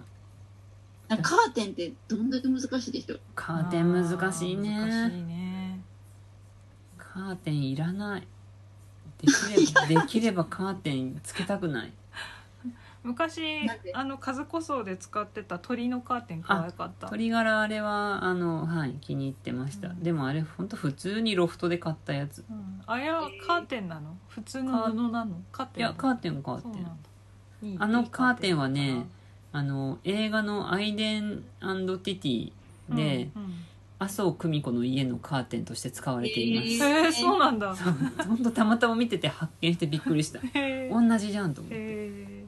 Speaker 2: なんかカーテンってどんだけ難しいでしょ
Speaker 1: カーテン難しい
Speaker 3: あー難
Speaker 1: ね
Speaker 3: しいね
Speaker 1: カーテンいらないでき ればできればカーテンつけたくない
Speaker 3: 昔
Speaker 2: なんで
Speaker 3: あの数こそで使ってた鳥のカーテン可愛かった
Speaker 1: 鳥柄あれはあのはい気に入ってました、
Speaker 3: うん
Speaker 1: でもあれ本当普通にロフトで買ったやつ
Speaker 3: うんあれはカーテンなの普通の布なのカー
Speaker 1: い
Speaker 3: テン
Speaker 1: やカーテンカー
Speaker 3: そう
Speaker 1: テ
Speaker 3: なん
Speaker 1: ン
Speaker 3: だいい
Speaker 1: あの
Speaker 3: いい
Speaker 1: カーテンはね
Speaker 3: カーテ
Speaker 1: あの映画の「アイデンティティ」
Speaker 3: ン
Speaker 1: で、
Speaker 3: うんうん
Speaker 1: 麻生久美子の家のカーテンとして使われています、
Speaker 2: え
Speaker 3: へえそうなんだ
Speaker 1: ほんとたまたま見てて発見してびっくりした
Speaker 3: へえ
Speaker 1: 同じじゃんと思って
Speaker 3: へ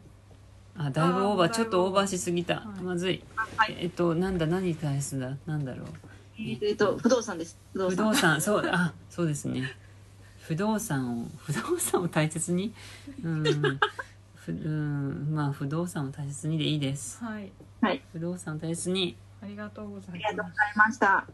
Speaker 1: あだいぶオーバ
Speaker 3: あ
Speaker 1: ー
Speaker 3: ー
Speaker 1: ちょっとオーバーしすぎた、
Speaker 3: はい
Speaker 1: まずい、えっとなんだ何返すだなんだろ
Speaker 2: えっと、不動産です。不
Speaker 1: う
Speaker 2: 動
Speaker 1: 不
Speaker 2: 産。
Speaker 1: 動産そう あそうですね不動産を不動産を大切にうんふうんまあ不動産を大切にでいいです
Speaker 3: ーはい
Speaker 1: 不動産を大切に
Speaker 3: ありがとうござい
Speaker 2: ありがとう
Speaker 3: ま
Speaker 2: ございました。